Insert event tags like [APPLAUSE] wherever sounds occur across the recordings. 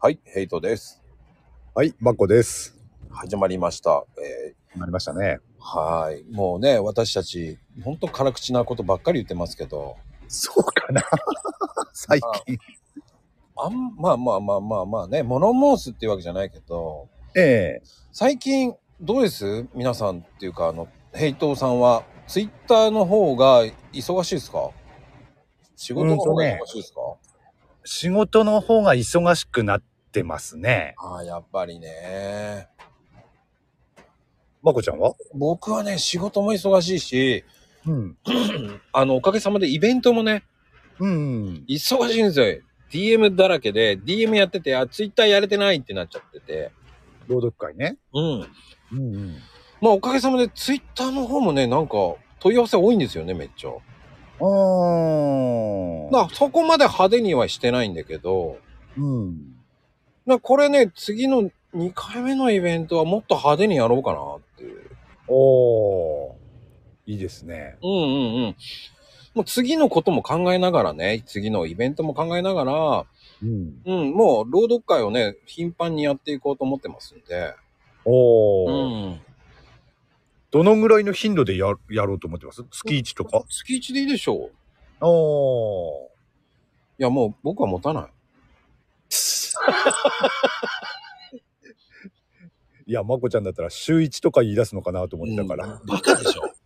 はい、ヘイトです。はい、マッコです。始まりました。えなりましたね。ーはーい。もうね、私たち、ほんと辛口なことばっかり言ってますけど、そうかな [LAUGHS] 最近。あん、まあまあまあまあまあね、物申すっていうわけじゃないけど、ええ最近、どうです皆さんっていうか、あの、ヘイトさんは、ツイッターの方が忙しいですか仕事の方が忙しいですか、仕事の方が忙しくなってますね。ああ、やっぱりね。マコちゃんは僕はね、仕事も忙しいし、うん。あの、おかげさまでイベントもね、うん。忙しいんですよ。DM だらけで、DM やってて、あ、Twitter やれてないってなっちゃってて。朗読会ね。うん。うん、うん。まあ、おかげさまで Twitter の方もね、なんか、問い合わせ多いんですよね、めっちゃ。あまあ、そこまで派手にはしてないんだけど、うん。なこれね、次の2回目のイベントはもっと派手にやろうかなっていう。おー。いいですね。うんうんうん。もう次のことも考えながらね、次のイベントも考えながら、うん。うん、もう朗読会をね、頻繁にやっていこうと思ってますんで。おうー、ん。どのぐらいの頻度でややろうと思ってます月1とか月1でいいでしょう。おー。いや、もう僕は持たない。いや、マコちゃんだったら週1とか言い出すのかなと思ってたから。うんバカでしょ。 [LAUGHS]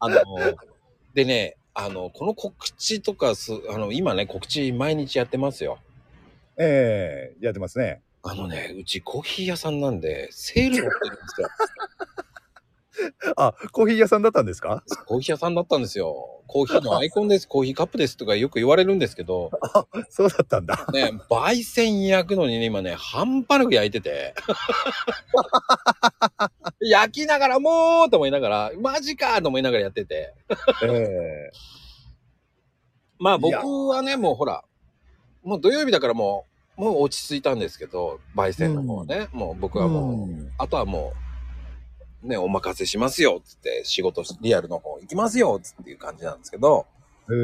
あの、でね、あの、この告知とかす、あの、今ね、告知毎日やってますよ。ええやってますね。あのね、うちコーヒー屋さんなんで、セールやってるんですよ。あ、コーヒー屋さんだったんですかコーヒー屋さんだったんですよ。コーヒーのアイコンです、コーヒーカップですとかよく言われるんですけど、そうだったんだ。ね、焙煎焼くのにね、今ね、半端なく焼いて [LAUGHS] て。焼きながら、もうと思いながら、マジかと思いながらやってて。 [LAUGHS] ええまあい僕やはね、もうほら、もう土曜日だからもう、もう落ち着いたんですけど、焙煎の方はね、もう僕はもう、うんあとはもう、ね、お任せしますよ、つって、仕事、リアルの方行きますよ、つっていう感じなんですけど、え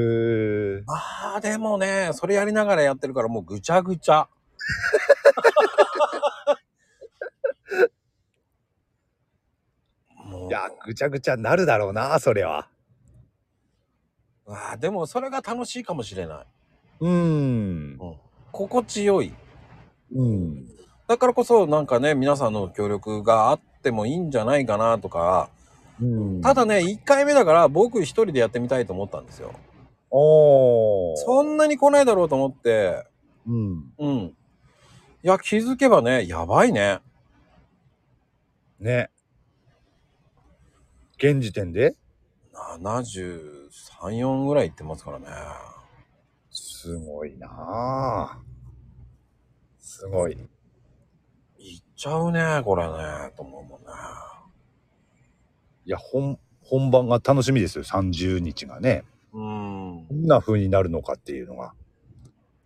えまあでもね、それやりながらやってるからもうぐちゃぐちゃ。もう [LAUGHS] いや、ぐちゃぐちゃなるだろうな、それは。あーでもそれが楽しいかもしれない。うん。心地よい。うん。だからこそなんかね、皆さんの協力があってもいいんじゃないかなとか、うん、ただ、ね、1回目だから僕一人でやってみたいと思ったんですよ。おー。そんなに来ないだろうと思って、うん。うん。いや、気づけばね、やばいね。ね。現時点で73、4ぐらい行ってますからね。すごいなあすごい。行っちゃうね、これね、と思うもんね。いや、本、本番が楽しみですよ、30日がね。うんど。んな風になるのかっていうのが。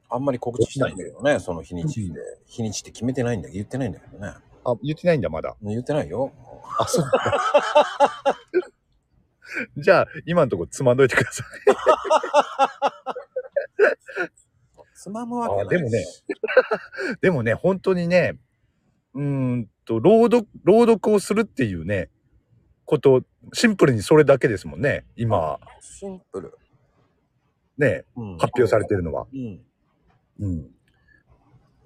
あんまり告知しないんだけどね、その日にちで。日にちって決めてないんだ言ってないんだけどね。あ、言ってないんだ、まだ。言ってないよ。もうあ、そうなんだ。 [LAUGHS] じゃあ、今のとこつまんどいてください。つまむわけない。あでもね [LAUGHS] でもね、本当にね、うーんと、朗読、朗読をするっていうね、こと、シンプルにそれだけですもんね、今、シンプル。ね、うん発表されてるのは。うん。うん。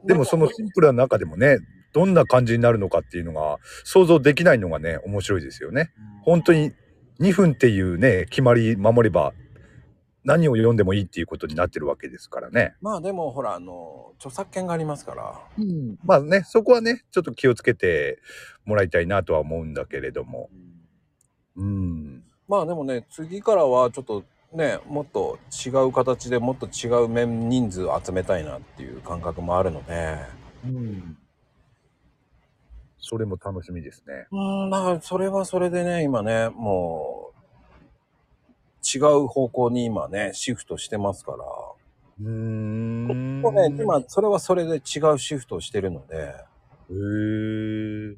でもそのシンプルな中でもね、どんな感じになるのかっていうのが、想像できないのがね、面白いですよね。本当に2分っていうね、決まり守れば、何を読んでもいいっていうことになってるわけですからね。まあでもほらあの著作権がありますからうん、まあね、そこはね、ちょっと気をつけてもらいたいなとは思うんだけれども。うん。まあでもね次からはちょっとねもっと違う形でもっと違う面人数を集めたいなっていう感覚もあるのでうん。それも楽しみですね。うんだからそれはそれでね今ねもう違う方向に今ねシフトしてますからうーん。もうね今それはそれで違うシフトをしてるのでへー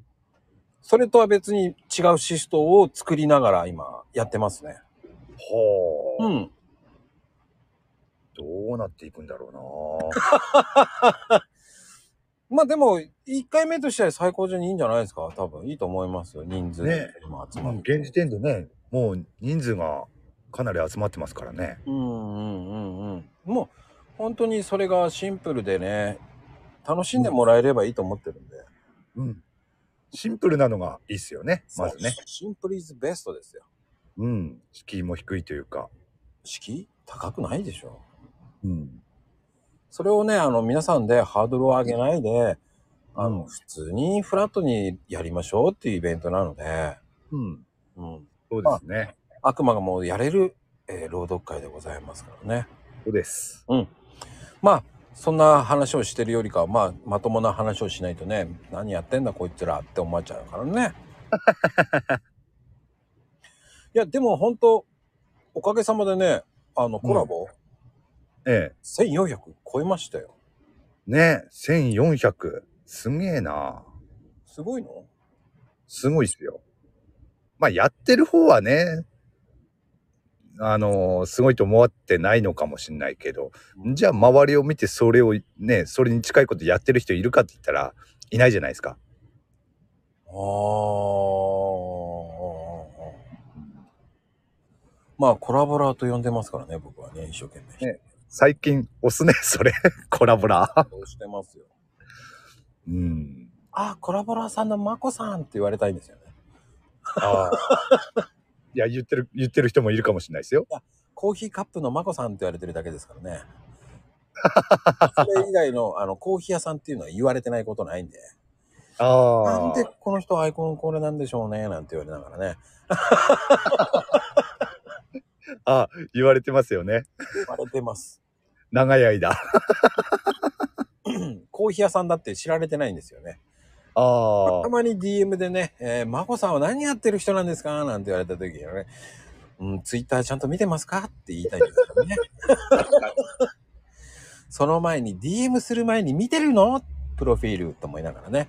それとは別に違うシフトを作りながら今やってますね。はあ。うん。どうなっていくんだろうまあでも、1回目としては最高順にいいんじゃないですか多分いいと思いますよ。人数ねも集なまうんっ現て。時点でねもう人数がかなり集まってますからねうんうんうんうん。もう、本当にそれがシンプルでね、楽しんでもらえればいいと思ってるんで。うんシンプルなのがいいっすよねまずねそう。シンプルイズベストですよ。うん敷居も低いというか敷居高くないでしょ。うんそれをね、あの、皆さんでハードルを上げないで、あの、うん普通にフラットにやりましょうっていうイベントなので、うんうん。そうですね悪魔がもうやれる、えー朗読会でございますからね。そうですまあ、そんな話をしてるよりかは、まあ、まともな話をしないとね、何やってんだこいつらって思っちゃうからね。いや、でも本当おかげさまでね、あの、コラボ、ええ1400超えましたよ。ね1400すげえなすごいのすごいっすよ。まあ、やってる方はね、あのーすごいと思ってないのかもしんないけど、じゃあ周りを見てそれをね、それに近いことやってる人いるかって言ったら、いないじゃないですか。あーまあ、コラボラーと呼んでますからね、僕はね、一生懸命。ね最近押すね、それ。 [LAUGHS] コラボラ。そうしてますよ。うん。あー、コラボラーさんのまこさんって言われたいんですよね。あ [LAUGHS] ーいや、言ってる、言ってる人もいるかもしんないですよ。コーヒーカップのまこさんって言われてるだけですから [LAUGHS] ね。それ以外のあのコーヒー屋さんっていうのは言われてないことないんで。なあんであ。この人アイコンこれなんでしょうねなんて言われながらね。あ言われてますよね。言われてます。長い間。うんコーヒー屋さんだって知られてないんですよね。あたまに DM でね、えー、まこさんは何やってる人なんですかなんて言われた時にはね、うん、ツイッターちゃんと見てますかって言いたいんですよ [LAUGHS] ね。その前に DM する前に見てるのプロフィールと思いながらね。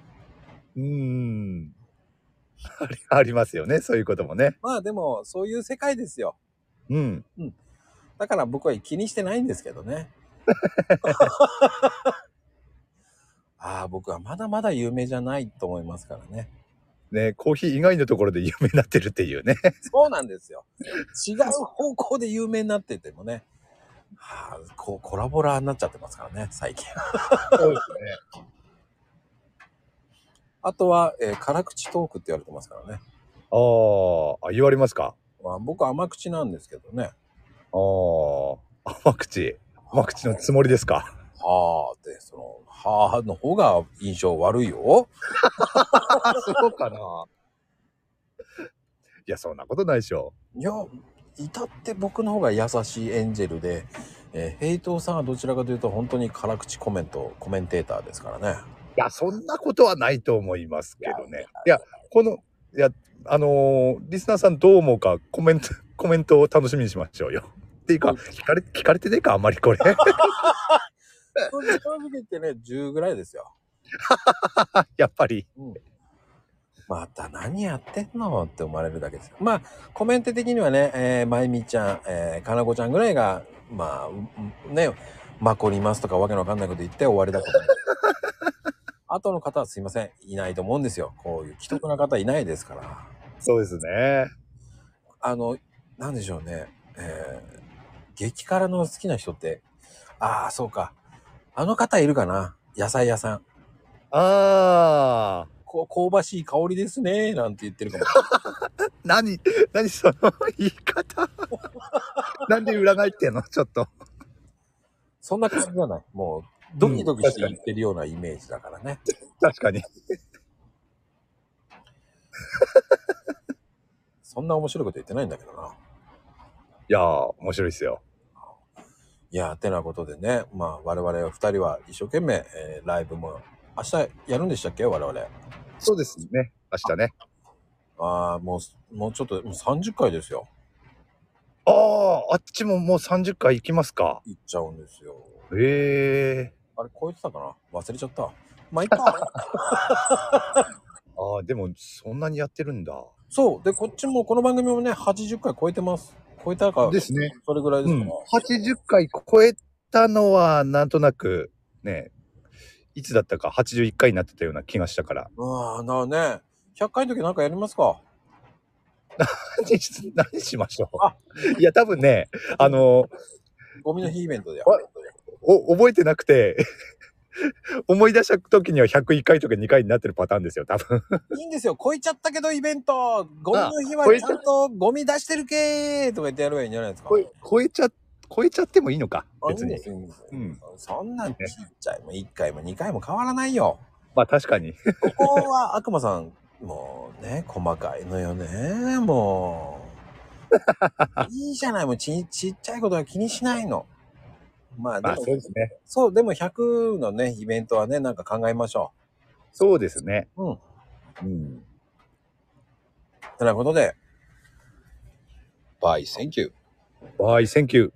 うーん。 [LAUGHS] ありありますよね、そういうこともね。まあでも、そういう世界ですよ。うん。だから僕は気にしてないんですけどね。ああ、僕はまだまだ有名じゃないと思いますからね。ね、コーヒー以外のところで有名になってるっていうね。そうなんですよ。違う方向で有名になっててもね。はあ、こうコラボラーになっちゃってますからね、最近。そうであとは、えー辛口トークって言われてますからね。すね。 [LAUGHS] ああ、言われますかまあ、僕甘口なんですけどね。ああ、甘口。甘口のつもりですか。はあって、その、はあの方が印象悪いよ。そうかな。 [LAUGHS] いや、そんなことないでしょ。いや、至って僕の方が優しいエンジェルで、えー、ヘイトーさんはどちらかというと本当に辛口コメント、コメンテーターですからね。いや、そんなことはないと思いますけどね。いや、この、いや、あのーリスナーさんどう思うか、コメント、 [LAUGHS] コメントを楽しみにしましょうよ。 [LAUGHS] っていうか、うん聞かれ、聞かれてねえか、あんまりこれ。 [LAUGHS] 正直言ってね、10ぐらいですよ。やっぱり。また何やってんのって思われるだけですよ。まあ、コメント的にはね、えー、まゆみちゃん、えー、かなこちゃんぐらいが、まあうん、うんね、まこりますとかわけのわかんないこと言って終わりだと思う。後の方はすいません、いないと思うんですよ。こういう既得な方いないですから。そうですね。あの、なんでしょうね。えー、激辛の好きな人って、ああ、そうか。あの方いるかな野菜屋さん。ああ。こう、香ばしい香りですね、なんて言ってるかも。何何その言い方 [LAUGHS] なんで占いってんのちょっとそんな感じじゃない。もう、ドキドキして言ってるようなイメージだからね。確かにそんな面白いこと言ってないんだけどな。いやー面白いですよいやー、てなことでね、まあ、我々二人は一生懸命、えーライブも、明日やるんでしたっけ我々。そうですね明日ねああ、もう、もうちょっと、もう30回ですよ。あああっちももう30回行きますか行っちゃうんですよ。へえあれ、超えてたかな忘れちゃった。まあ、 [LAUGHS] いっか。ああでもそんなにやってるんだそう。で、こっちも、この番組もね、80回超えてます。超えたか、すねそれぐらいですかね。 80回超えたのはなんとなくねいつだったか81回になってたような気がしたから [LAUGHS] ああ、なね。100回の時なんかやりますか。何し何しましょあういや多分ねあのゴミの日イベントでやわお覚えてなくて [LAUGHS] 思い出した時には101回とか2回になってるパターンですよ多分いいんですよ。超えちゃったけどイベント。ゴミの日はあ超えちちゃゃんとゴミ出してるけーとか言ってやればいいんじゃないですか。超え超えちゃ超えちゃってもいいのかあいい別んでにすよいいんですようんそんなんちっちゃい。もう1回も2回も変わらないよ。まあ確かにここは悪魔さん、もうね、細かいのよね。もう。いいじゃない。もうちちっちゃいことは気にしないの。まあでまも、あそうですねそう、でも100のね、イベントはね、なんか考えましょそうですねう。うん。うんということで、バイ、センキュー。はい Thank you